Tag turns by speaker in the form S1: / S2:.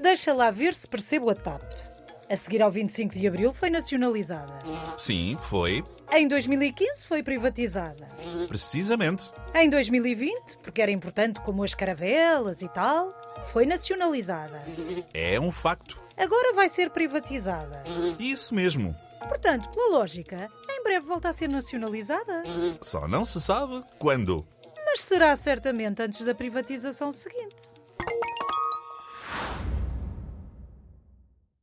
S1: Deixa lá ver se percebo a TAP. A seguir ao 25 de Abril foi nacionalizada.
S2: Sim, foi.
S1: Em 2015 foi privatizada.
S2: Precisamente.
S1: Em 2020, porque era importante como as caravelas e tal, foi nacionalizada.
S2: É um facto.
S1: Agora vai ser privatizada.
S2: Isso mesmo.
S1: Portanto, pela lógica, em breve volta a ser nacionalizada.
S2: Só não se sabe quando.
S1: Mas será certamente antes da privatização seguinte.